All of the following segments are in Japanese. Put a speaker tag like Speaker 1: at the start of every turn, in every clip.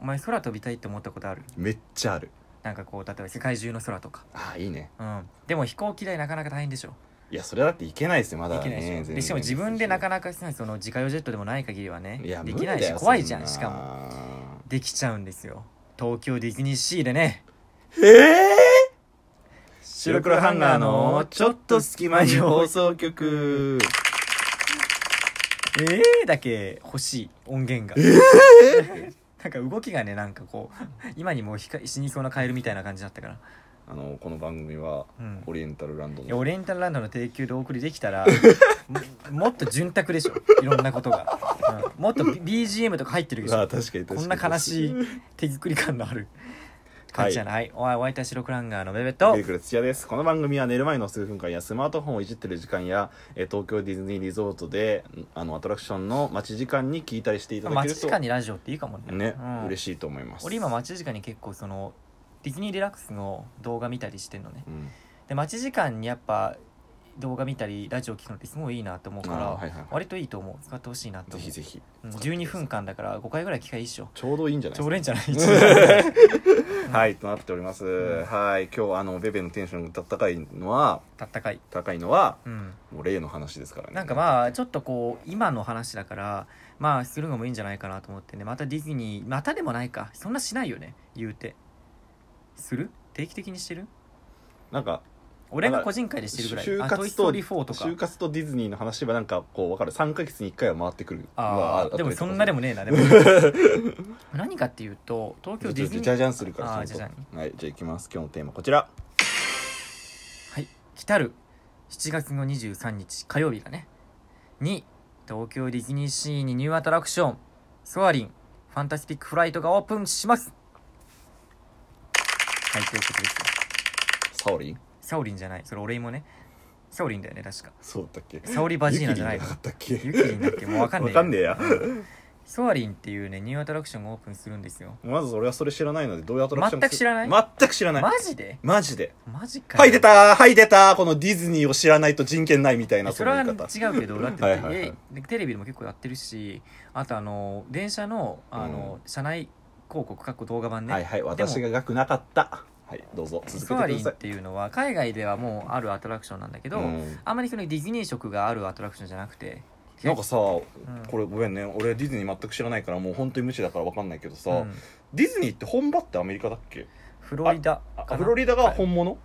Speaker 1: 前空飛びたいって思ったことある
Speaker 2: めっちゃある
Speaker 1: なんかこう例えば世界中の空とか
Speaker 2: ああいいね
Speaker 1: うんでも飛行機代なかなか大変でしょ
Speaker 2: いやそれはだっていけないですよまだ
Speaker 1: でき
Speaker 2: ね
Speaker 1: ないでしょ、でしかも自分でなかなかその自家用ジェットでもない限りはね
Speaker 2: いや
Speaker 1: できない
Speaker 2: 無理だ
Speaker 1: し
Speaker 2: よ
Speaker 1: 怖いじゃんし
Speaker 2: そ
Speaker 1: か
Speaker 2: な
Speaker 1: もできちゃうんですよ東京ディズニーシーでね
Speaker 2: ええ白黒ハンガーのちょっと隙間に放送局
Speaker 1: えー、だけ欲しい音源がなんか動きがねなんかこう今にもひか死にそうなカエルみたいな感じだったから
Speaker 2: あのこの番組は
Speaker 1: うん
Speaker 2: オリエンタルランド
Speaker 1: いや
Speaker 2: の
Speaker 1: オレンタルランドの提供でお送りできた らももっと潤沢でしょいろんなことが、うんもっと B- BGM とか入ってるでし
Speaker 2: ああ
Speaker 1: ょ
Speaker 2: 確かに確かに
Speaker 1: こんな悲しい手作り感のある感じじゃない、はい、お会いた白クランガーのベベと
Speaker 2: 出てくる土屋ですこの番組は寝る前の数分間やスマートフォンをいじってる時間やえー東京ディズニーリゾートでんあのアトラクションの待ち時間に聞いたりしていただけ
Speaker 1: 待
Speaker 2: る
Speaker 1: ち
Speaker 2: と
Speaker 1: 時間にラジオっていいかもね
Speaker 2: ね、
Speaker 1: うん、
Speaker 2: 嬉しいと思います
Speaker 1: 俺今待ち時間に結構そのディズニーリラックスの動画見たりしてんのね
Speaker 2: うん
Speaker 1: で待ち時間にやっぱ動画見たりラジオ聞くのってすごいいいなと思うから、
Speaker 2: あーはいはいはい
Speaker 1: 割といいと思う使ってほしいなと
Speaker 2: ぜ
Speaker 1: 思う
Speaker 2: ひぜひ
Speaker 1: うん12分間だから5回ぐらい機会いいっしょ
Speaker 2: ちょうどいいんじゃない
Speaker 1: ちょう
Speaker 2: ですか
Speaker 1: れんじゃない
Speaker 2: はいとなっております、
Speaker 1: ん
Speaker 2: はい今日あのベベのテンションが高いのは
Speaker 1: たったかい
Speaker 2: 高いのは
Speaker 1: うん
Speaker 2: もう例の話ですからね
Speaker 1: なんかまあちょっとこう今の話だからまあするのもいいんじゃないかなと思ってねまたディズニーまたでもないかそんなしないよね言うてする定期的にしてる
Speaker 2: なんか
Speaker 1: 俺が個人会でしてるぐらい
Speaker 2: 就
Speaker 1: あトイ・
Speaker 2: 活
Speaker 1: スト
Speaker 2: と
Speaker 1: ーリー4とか
Speaker 2: 就活とディズニーの話はなんかこう分かる3か月に1回は回ってくる
Speaker 1: ああでもそんなで
Speaker 2: も
Speaker 1: もねえなで も何かっていうと東
Speaker 2: 今
Speaker 1: 京
Speaker 2: 日
Speaker 1: デ
Speaker 2: デ
Speaker 1: ィ
Speaker 2: ィ
Speaker 1: ズニ
Speaker 2: ズニ
Speaker 1: ー
Speaker 2: ーじゃじゃんするから
Speaker 1: あー
Speaker 2: ちゃんと
Speaker 1: じゃ
Speaker 2: はいじゃあいきます今日のテーマこちら
Speaker 1: はい来たる7月の23日火曜日だねに東京ディズニーシーにニューアトラクションソアリンファンタスティックフライトがオープンしますはいということですよ
Speaker 2: サオリン
Speaker 1: サオリンじゃないそれお礼もねサオリンだよね確か
Speaker 2: そうだったっけ
Speaker 1: サオリバジーナじゃない
Speaker 2: ユ
Speaker 1: の
Speaker 2: キリンなかった
Speaker 1: ユキ
Speaker 2: っけ
Speaker 1: リンだっけもうわかんねえ
Speaker 2: わかんねえや
Speaker 1: ソアリンっていうねニューアトラクションがオープンするんですよ
Speaker 2: まず俺はそれ知らないのでどういうアトラクションか
Speaker 1: 全く知らない
Speaker 2: 全く知らない
Speaker 1: マジで
Speaker 2: マジで
Speaker 1: マジかよ
Speaker 2: はい出たーはい出たーこのディズニーを知らないと人権ないみたいな
Speaker 1: それは違
Speaker 2: の言いう
Speaker 1: けどだって
Speaker 2: はいはいはい
Speaker 1: えテレビでも結構やってるしあとあの電車のあの、車内広告かっこ動画版ね、
Speaker 2: はいはい私が学なかったはいどうぞ続け
Speaker 1: ソア
Speaker 2: て
Speaker 1: リ
Speaker 2: く
Speaker 1: ンっ
Speaker 2: ださ
Speaker 1: ていうのは海外ではもうあるアトラクションなんだけ
Speaker 2: い
Speaker 1: ど、
Speaker 2: うん
Speaker 1: あんまりそのディズニー色があるアトラクションじゃなくて
Speaker 2: なんかさこ
Speaker 1: うん
Speaker 2: れごめんね俺ディズニー全く知らないからもう本当に無知だから分かんないけどさ
Speaker 1: うん
Speaker 2: ディズニーって本場ってアメリカだっけ
Speaker 1: フロリダ
Speaker 2: あ
Speaker 1: かな
Speaker 2: フロリダが本物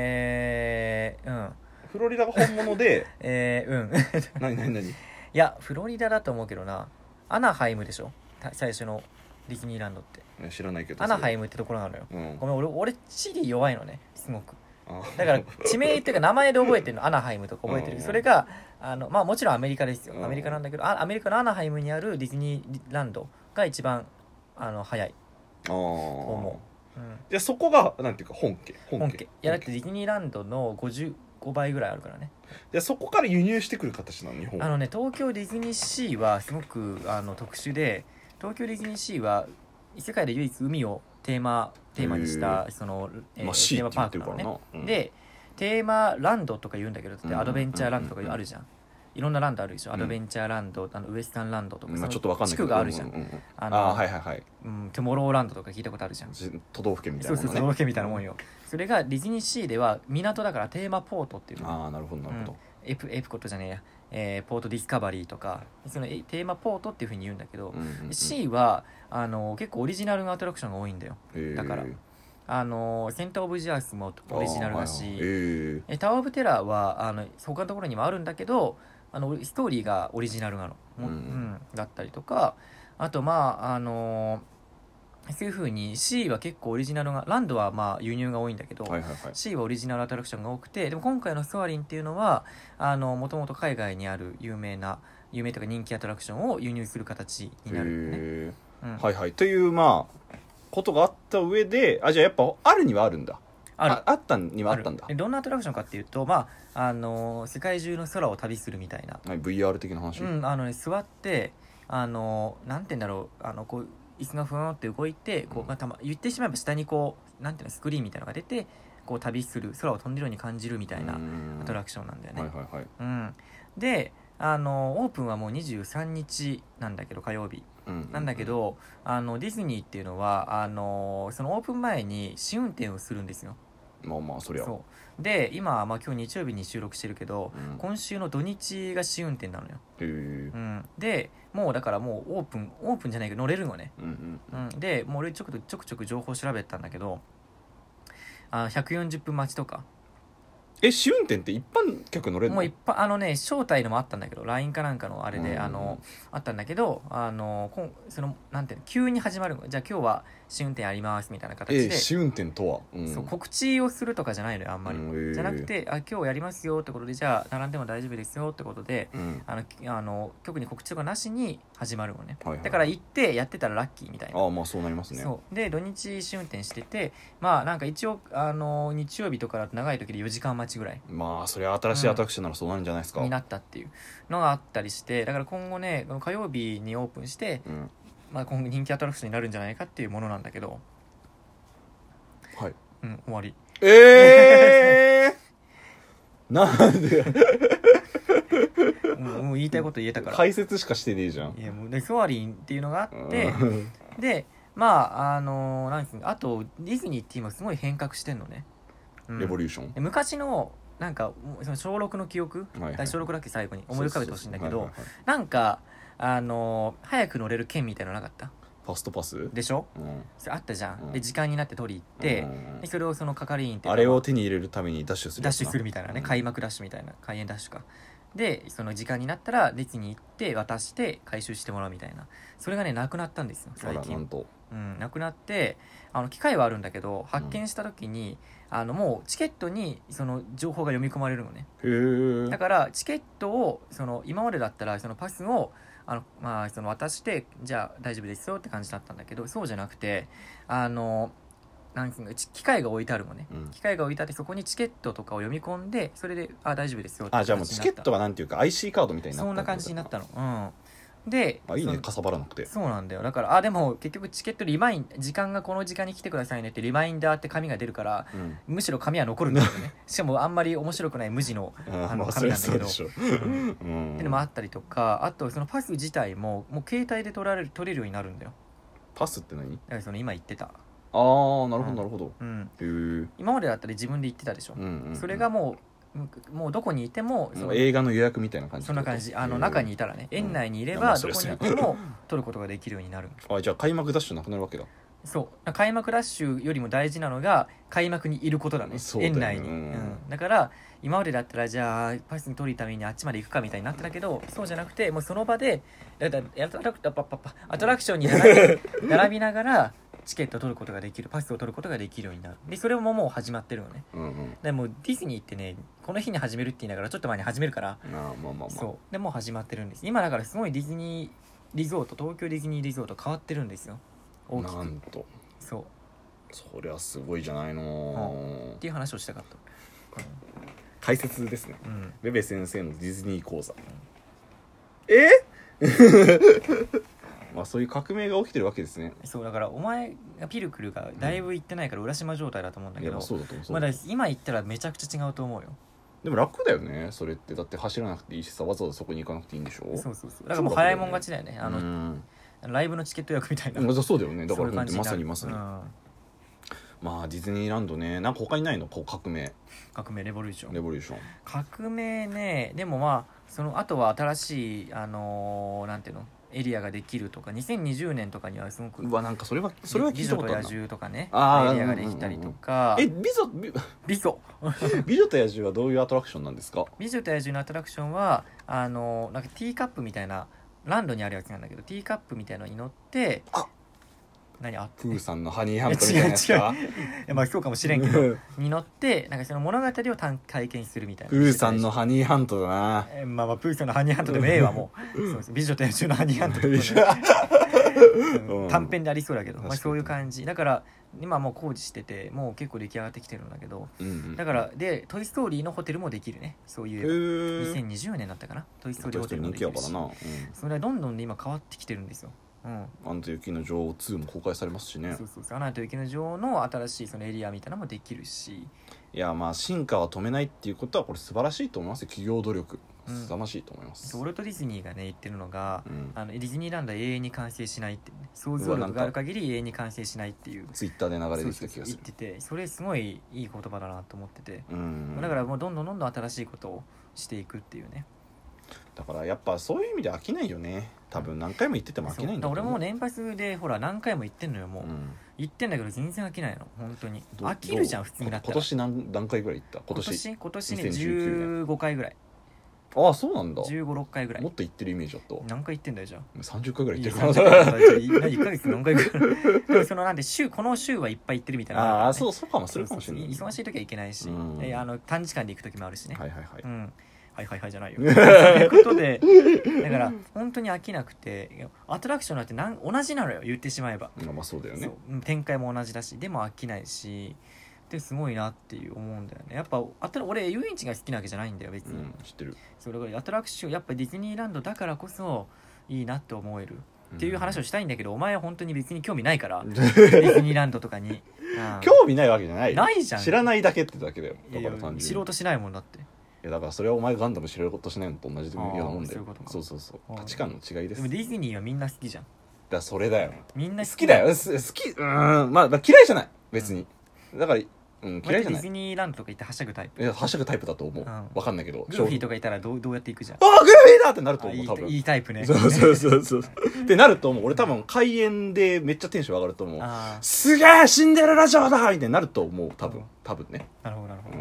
Speaker 1: えー、うん
Speaker 2: フロリダが本物で
Speaker 1: えー、うん
Speaker 2: 何何何
Speaker 1: いやフロリダだと思うけどなアナハイムでしょた最初のディズニーランドって
Speaker 2: いや知らないけど
Speaker 1: アナハイ
Speaker 2: ム
Speaker 1: ムってところなのよ
Speaker 2: うん
Speaker 1: ごめん俺俺地理弱いのねすごく
Speaker 2: あ
Speaker 1: だから地名っていうか名前で覚えてるのアナハイムとか覚えて
Speaker 2: う
Speaker 1: る
Speaker 2: ん
Speaker 1: それがあのまあもちろんアメリカです
Speaker 2: う
Speaker 1: よ
Speaker 2: ん
Speaker 1: アメリカなんだけどあアメリカのアナハイムにあるディズニーランドが一番あの早い、
Speaker 2: あー
Speaker 1: 思うん
Speaker 2: じゃあそこがなんていうか本家
Speaker 1: 本
Speaker 2: 本
Speaker 1: 家
Speaker 2: 家
Speaker 1: いやだってディズニーランドの55倍ぐらいあるからね
Speaker 2: でそこから輸入してくる形なの日本
Speaker 1: あのね東京ディズニーシーはすごくあの特殊で東京ディズニーシーは世界で唯一海をテーマテーマにしたその、えー
Speaker 2: まあ、
Speaker 1: テ
Speaker 2: C
Speaker 1: ー
Speaker 2: っ
Speaker 1: マ
Speaker 2: て
Speaker 1: パー
Speaker 2: 言って
Speaker 1: クな
Speaker 2: るか
Speaker 1: のね
Speaker 2: らな、うん、
Speaker 1: でテーマランドとか言うんだけどだって
Speaker 2: うん
Speaker 1: アドベンチャーランドとかあるじゃんいろんなランドあるでしょ、
Speaker 2: うん
Speaker 1: アドベンチャーランドあのウエスタンランドとか、
Speaker 2: まあ、
Speaker 1: その
Speaker 2: ちょっとわかんない
Speaker 1: 地
Speaker 2: けど
Speaker 1: 区があるじゃん、
Speaker 2: ううう
Speaker 1: あ
Speaker 2: あ
Speaker 1: の
Speaker 2: あはいはいはい
Speaker 1: うん、トゥモローランドとか聞いたことあるじゃん
Speaker 2: じ都道府県みた
Speaker 1: そ
Speaker 2: い
Speaker 1: う
Speaker 2: なも
Speaker 1: そ
Speaker 2: ん
Speaker 1: うそう
Speaker 2: だね
Speaker 1: 道府県みたいなもんよそれがディズニーシーでは港だからテーマポートっていうの
Speaker 2: ああなるほどなるほど、
Speaker 1: エプエプコットじゃねえや、えーポートディスカバリーとかそのえテーマポートっていうふうに言うんだけど、
Speaker 2: うんうんうん
Speaker 1: C はあの結構オリジナルのアトラクションが多いんだよだから
Speaker 2: へー
Speaker 1: あのセンター・オブ・ジアースもオリジナルだし、
Speaker 2: あーはいはいへ
Speaker 1: えタワー・オブ・テラーはあの他のところにもあるんだけどあのストーリーがオリジナルなの、もう
Speaker 2: うん
Speaker 1: んだったりとかあとまああのーそういうふうに C は結構オリジナルがランドはまあ輸入が多いんだけど、
Speaker 2: ーはいはいはい
Speaker 1: C はオリジナルアトラクションが多くてでも今回のソアリンっていうのはもともと海外にある有名な有名というか人気アトラクションを輸入する形になるんだよね、
Speaker 2: へ
Speaker 1: うん
Speaker 2: ーはいはいというまあことがあった上であじゃあやっぱあるにはあるんだ
Speaker 1: ある
Speaker 2: あったにはあったんだ
Speaker 1: るでどんなアトラクションかっていうと、まああのー世界中の空を旅するみたいな
Speaker 2: はい VR 的な話、
Speaker 1: うん、あのね座ってあのなんて言うんだろうあのこう椅子がふわーって動いてこ
Speaker 2: う
Speaker 1: うんまあたま言ってしまえば下にこうなんていうのスクリーンみたいなのが出てこう旅する空を飛んでるように感じるみたいなアトラ
Speaker 2: ク
Speaker 1: クションなんだよ
Speaker 2: は
Speaker 1: ね
Speaker 2: い。はいはい
Speaker 1: うん、であのオープンはもう23日なんだけど火曜日
Speaker 2: うん
Speaker 1: なんだけどあのディズニーっていうのはあのそのオープン前に試運転をするんですよ
Speaker 2: まあまあそりゃ
Speaker 1: そうで今、まあ、今日日曜日に収録してるけど
Speaker 2: うん
Speaker 1: 今週の土日が試運転なのよ、
Speaker 2: へえ
Speaker 1: うん、でもうだからもうオープンオープンじゃないけど乗れるのね、
Speaker 2: うんうん
Speaker 1: うん、でもう俺ちょくちょくちょく情報調べたんだけどあ140分待ちとか
Speaker 2: え試運転って一般客乗れるの
Speaker 1: もういっぱいあのね招待のもあったんだけど LINE かなんかのあれで、
Speaker 2: うん
Speaker 1: あのあったんだけどあのこんそのなんていうの急に始まるのじゃあ今日は試運転ありますみたいな形
Speaker 2: え
Speaker 1: で、
Speaker 2: ー、試運転とは、うん、
Speaker 1: そう告知をするとかじゃないのよあんまり、
Speaker 2: うんへえ
Speaker 1: じゃなくてあ今日やりますよってことでじゃあ並んでも大丈夫ですよってことで
Speaker 2: うん
Speaker 1: あのきあの特に告知とかなしに始まるのね、
Speaker 2: はいはい
Speaker 1: だから行ってやってたらラッキーみたいな
Speaker 2: ああまあそうなりますね
Speaker 1: そうで土日試運転しててまあなんか一応あの日曜日とかだと長い時で4時間待ちぐらい
Speaker 2: まあそりゃ新しいアトラクションならそうなるんじゃないですか、
Speaker 1: になったっていうのがあったりしてだから今後ね火曜日にオープンして、
Speaker 2: うん
Speaker 1: まあ、今後人気アトラクションになるんじゃないかっていうものなんだけど、
Speaker 2: はい
Speaker 1: うん、終わり
Speaker 2: ええ ー、なんで
Speaker 1: もうもう言いたいこと言えたから
Speaker 2: 解説しかしてねえじゃん
Speaker 1: いやもうでソアリンっていうのがあって
Speaker 2: うん
Speaker 1: でまああのーなんですかあとディズニーって今すごい変革してんのね、うん
Speaker 2: レボリューション
Speaker 1: で昔のなんかもうその小6の記憶、
Speaker 2: はいはい
Speaker 1: あ小6だっけ最後に思い浮かべてほしいんだけど、
Speaker 2: そうそうそうはいはいはい
Speaker 1: なんかあのー早く乗れる券みたいなのなかった
Speaker 2: ファストパス、うん
Speaker 1: でしょそれあったじゃん、
Speaker 2: うん
Speaker 1: で時間になって取り行って、
Speaker 2: うん
Speaker 1: でそれをその係員っていうのが
Speaker 2: あれを手に入れるためにダッシュする
Speaker 1: ダ
Speaker 2: や
Speaker 1: ッ
Speaker 2: つ
Speaker 1: シ
Speaker 2: な
Speaker 1: ュするみたいなね、開幕ダッシュみたいな開演ダッシュかでその時間になったら列に行って渡して回収してもらうみたいなそれがねなくなったんですよ
Speaker 2: あ
Speaker 1: 最
Speaker 2: らなん
Speaker 1: 近、
Speaker 2: と
Speaker 1: うん、なくなってあの機械はあるんだけど発見した時に、あのもうチケットにその情報が読み込まれるのね
Speaker 2: へえ
Speaker 1: だからチケットをその今までだったらそのパスをあの、まあ、その渡してじゃあ大丈夫ですよって感じだったんだけどそうじゃなくてあのなんていうのち機械が置いてあるのね、
Speaker 2: うん
Speaker 1: 機械が置いてあってそこにチケットとかを読み込んでそれであ大丈夫ですよって
Speaker 2: あじゃあもうチケット
Speaker 1: が
Speaker 2: がなんていうか IC カードみたいになった
Speaker 1: そんな感じになったのうんで
Speaker 2: あいいね
Speaker 1: その
Speaker 2: かさばらなくて
Speaker 1: そうなんだよだからあでも結局チケットリマイン時間がこの時間に来てくださいねってリマインダーって紙が出るから
Speaker 2: うん
Speaker 1: むしろ紙は残るんだよ ねしかもあんまり面白くない無地の
Speaker 2: あ
Speaker 1: あの
Speaker 2: まあそ
Speaker 1: 紙
Speaker 2: りゃ
Speaker 1: なんだ
Speaker 2: そう
Speaker 1: け
Speaker 2: で
Speaker 1: ど
Speaker 2: しょ
Speaker 1: うん
Speaker 2: うん
Speaker 1: っていうのもあったりとかあとそのパス自体ももう携帯で取られる取れるようになるんだよ
Speaker 2: パスって何
Speaker 1: だからその今言ってた、
Speaker 2: ああなるほ
Speaker 1: う
Speaker 2: ど
Speaker 1: ん
Speaker 2: なるほど
Speaker 1: うん、
Speaker 2: へえうん
Speaker 1: 今までだったら自分で言ってたでしょ、
Speaker 2: うんうん
Speaker 1: それがもうむもうどこにいてもそ
Speaker 2: も
Speaker 1: の
Speaker 2: う映画の予約みたいな感じ
Speaker 1: そんな感じあの中にいたらね園内にいれ
Speaker 2: いやま
Speaker 1: ば
Speaker 2: あそ
Speaker 1: ど
Speaker 2: りゃ
Speaker 1: こ
Speaker 2: そう
Speaker 1: にい
Speaker 2: や
Speaker 1: ても取ることができるようになる
Speaker 2: あじゃあ開幕ダッシュなくなるわけだ
Speaker 1: そう開幕ラッシュよりも大事なのが開幕にいることだね
Speaker 2: そうだよ
Speaker 1: 園
Speaker 2: ね
Speaker 1: 内に、
Speaker 2: う
Speaker 1: うんんだから今までだったらじゃあパスに取るためにあっちまで行くかみたいになってたけどそうじゃなくてもうその場でだだアトラクパパパアトラクションに並び 並びながらチケットを取ることができるパスを取ることができるようになるでそれももう始まってるのね
Speaker 2: うんうん
Speaker 1: でもうディズニーってねこの日に始めるって言いながらちょっと前に始めるから
Speaker 2: あーまあまあまあ
Speaker 1: そうでもう始まってるんです今だからすごいディズニーリゾート東京ディズニーリゾート変わってるんですよ大き
Speaker 2: な
Speaker 1: く
Speaker 2: んと
Speaker 1: そう
Speaker 2: そりゃすごいじゃないの
Speaker 1: っていう話をしたかっ
Speaker 2: 解説ですね
Speaker 1: た、うん、
Speaker 2: ベベ先生のディズニー講座え まあそういう革命が起きてるわけですね
Speaker 1: そうだからお前がピルクルがだいぶ行ってないから浦島状態だと思うんだ
Speaker 2: い
Speaker 1: け
Speaker 2: や
Speaker 1: ど、
Speaker 2: まあそうだと思うそう
Speaker 1: ま
Speaker 2: だ
Speaker 1: あ
Speaker 2: と
Speaker 1: だ
Speaker 2: 思う
Speaker 1: から今行ったらめちゃくちゃ違うと思うよ
Speaker 2: でも楽だよねそれってだって走らなくていいしさわざわざそこに行かなくていいんでしょ
Speaker 1: そうそうそうだからもう早いもん勝ちだよねあ
Speaker 2: う
Speaker 1: の
Speaker 2: ん
Speaker 1: ライブのチケット予約みたいな
Speaker 2: まあそうだよねだか
Speaker 1: そ
Speaker 2: ら
Speaker 1: ういう感じに
Speaker 2: ま
Speaker 1: な
Speaker 2: さ
Speaker 1: る
Speaker 2: にまさに
Speaker 1: うん
Speaker 2: まあディズニーランドねなんか他にないのこう革命
Speaker 1: 革命レボリューション
Speaker 2: レボリューション
Speaker 1: 革命ねでもまあその後は新しいあのーなんていうのエリアができるとか2020年とかにはすごく
Speaker 2: うわなんかそれはそれは聞いたことあ
Speaker 1: 美女と野獣
Speaker 2: るな
Speaker 1: とかね
Speaker 2: あー
Speaker 1: エリアができたりとか、
Speaker 2: え美女
Speaker 1: 美女
Speaker 2: 美 女と野獣はどういうアトラクションなんですか
Speaker 1: 美女と野獣のアトラクションはあのなんかティーカップみたいなランドにあるやつなんだけどティーカップみたいのに乗って
Speaker 2: あ
Speaker 1: 何あっ
Speaker 2: プーさんのハニーハントみたいなやつか
Speaker 1: てまあそうかもしれ んけど に乗ってなんかその物語を探体験するみたいな
Speaker 2: プーさんのハニーハントだな
Speaker 1: えーまあまあプーさんのハニーハントでもええわもうそうそう美女と野獣のハニーハントでもね うん
Speaker 2: うん
Speaker 1: 短編でありそうだけど、まあ、
Speaker 2: 確かに
Speaker 1: そういう感じだから今もう工事しててもう結構出来上がってきてるんだけど
Speaker 2: うんうん
Speaker 1: だからで「トイ・ストーリー」のホテルもできるねそう
Speaker 2: へ
Speaker 1: いう
Speaker 2: ー
Speaker 1: 2020年だったかな「トイ・ストーリー」
Speaker 2: 確
Speaker 1: ホ
Speaker 2: か
Speaker 1: テル
Speaker 2: に
Speaker 1: も
Speaker 2: 人
Speaker 1: で
Speaker 2: 気
Speaker 1: き
Speaker 2: や
Speaker 1: る
Speaker 2: から
Speaker 1: し
Speaker 2: な、うん、
Speaker 1: それはどんどんね今変わってきてるんですようん
Speaker 2: アンと雪の女王2も公開されますしね
Speaker 1: そうそうそう「アナと雪の女王」の新しいそのエリアみたいなのもできるし
Speaker 2: いやまあ進化は止めないっていうことはこれ素晴らしいと思いますよ企業努力
Speaker 1: うん
Speaker 2: 凄まじいと思います、
Speaker 1: 俺とディズニーがね言ってるのが、
Speaker 2: うん
Speaker 1: あのディズニーランドは永遠に完成しないって、ね、想像力がある限り永遠に完成しないっていう
Speaker 2: ツイッターで流れ
Speaker 1: そうそうそ
Speaker 2: てきた気
Speaker 1: う言
Speaker 2: がす
Speaker 1: っ
Speaker 2: る
Speaker 1: ててそれすごいいい言葉だなと思ってて、
Speaker 2: うん
Speaker 1: だからもうどんどんどんどん新しいことをしていくっていうね
Speaker 2: だからやっぱそういう意味で飽きないよね多分何回も言ってても飽きないんだ
Speaker 1: そう俺
Speaker 2: と思
Speaker 1: も年パスでほら何回も言ってんのよもう、
Speaker 2: うん
Speaker 1: 言ってんだけど全然飽きないの本当に
Speaker 2: ど
Speaker 1: 飽きるじゃん
Speaker 2: どう
Speaker 1: 普通になったら
Speaker 2: 今年何段階ぐらい行った今
Speaker 1: 今
Speaker 2: 年
Speaker 1: 年今年ね
Speaker 2: 2019
Speaker 1: 15回ぐらい
Speaker 2: ああそうなんだも
Speaker 1: 1516回ぐら
Speaker 2: っ
Speaker 1: い
Speaker 2: と行ってるイメージだったわ
Speaker 1: 何回言ってんだよじゃあ
Speaker 2: 30回ぐらい
Speaker 1: い
Speaker 2: 行
Speaker 1: や
Speaker 2: ってる
Speaker 1: 30
Speaker 2: かな
Speaker 1: 回何1ヶ月何回ぐらいでもそのなんで週この週はいっぱい行ってるみたいなのがるからね、
Speaker 2: ああそうそうかもするかもしれない
Speaker 1: そうそう忙しい時はいけないし、
Speaker 2: うん
Speaker 1: えあの短時間で行く時もあるしね、
Speaker 2: はいはいはい
Speaker 1: うん、はいはいはいじゃ ないよということでだから本当に飽きなくていやアトラクションなんてなん同じなのよ言ってしまえば、
Speaker 2: まあまあそうだよ
Speaker 1: そ
Speaker 2: ね
Speaker 1: ううん展開も同じだしでも飽きないしですごいなっていう思うんだよねやっぱあた俺遊園地が好きなわけじゃないんだよ別
Speaker 2: う
Speaker 1: に、
Speaker 2: ん知ってる
Speaker 1: それがアトラクションやっぱディズニーランドだからこそいいなって思えるっていう話を
Speaker 2: を
Speaker 1: したいんだけど、お前は本当に別に興味ないからディズニーランドとかに、うん
Speaker 2: 興味ないわけじゃない
Speaker 1: ないじゃん
Speaker 2: 知らないだけってだけだよだ
Speaker 1: い
Speaker 2: か
Speaker 1: や
Speaker 2: ら単
Speaker 1: 知
Speaker 2: 純
Speaker 1: ろう
Speaker 2: に
Speaker 1: としないもんだって
Speaker 2: いやだからそれはお前ガンダム知ろうとしないのと同じようなもん
Speaker 1: あー
Speaker 2: だ
Speaker 1: そうい
Speaker 2: よ
Speaker 1: うことか
Speaker 2: そうそうそう
Speaker 1: あー
Speaker 2: 価値観の違いで
Speaker 1: ですも
Speaker 2: だか
Speaker 1: ディズニーはみんな好きじゃん
Speaker 2: らそれだよ
Speaker 1: みんな
Speaker 2: 好きだよす好きうーんまあまあ嫌いじゃない別にだからうん嫌
Speaker 1: 嫌
Speaker 2: い
Speaker 1: い
Speaker 2: じゃ
Speaker 1: デ
Speaker 2: な
Speaker 1: ィ
Speaker 2: い
Speaker 1: ズニーランドとか行ってはしゃぐタイプ
Speaker 2: いやハッシュタグタイプだと思う
Speaker 1: うん
Speaker 2: わかんないけど
Speaker 1: グーフィーと
Speaker 2: か
Speaker 1: かいたらどうどうやって行くじゃん
Speaker 2: ああグーフィーだってなると
Speaker 1: あい
Speaker 2: 思う
Speaker 1: い
Speaker 2: 多分
Speaker 1: いいタイプね
Speaker 2: そうそうそ うそう
Speaker 1: はい
Speaker 2: ってなると思う俺多分開演でめっちゃテンション上がると思う
Speaker 1: あ
Speaker 2: すげえシンデレラ城だみたいになると思う多分多分ね
Speaker 1: あなるほどなる
Speaker 2: う
Speaker 1: ほど、
Speaker 2: ん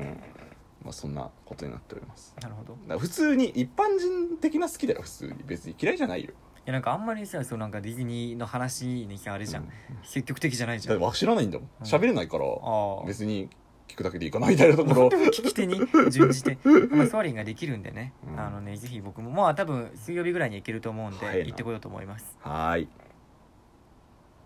Speaker 2: まあそんなことになっております
Speaker 1: なるほどい
Speaker 2: だから普通に一般人的な好きだよ普通に別に嫌いじゃないよ
Speaker 1: やなんかあんまりさそうなんかディズニーの話にさあれじゃん、
Speaker 2: うん
Speaker 1: 積極的じゃないじ
Speaker 2: だ
Speaker 1: ゃ
Speaker 2: っ
Speaker 1: ん
Speaker 2: てわし知らないんだもん
Speaker 1: うん
Speaker 2: 喋れないから
Speaker 1: ああ
Speaker 2: 別に聞くだけでいいかなみたいなと ころ
Speaker 1: 聞き手に準じ て、まあ、ソアリンができるんでね、
Speaker 2: うん
Speaker 1: あのねぜひ僕もまあ多分水曜日ぐらいに行けると思うんで
Speaker 2: 早いな
Speaker 1: 行ってこようと思います
Speaker 2: はーい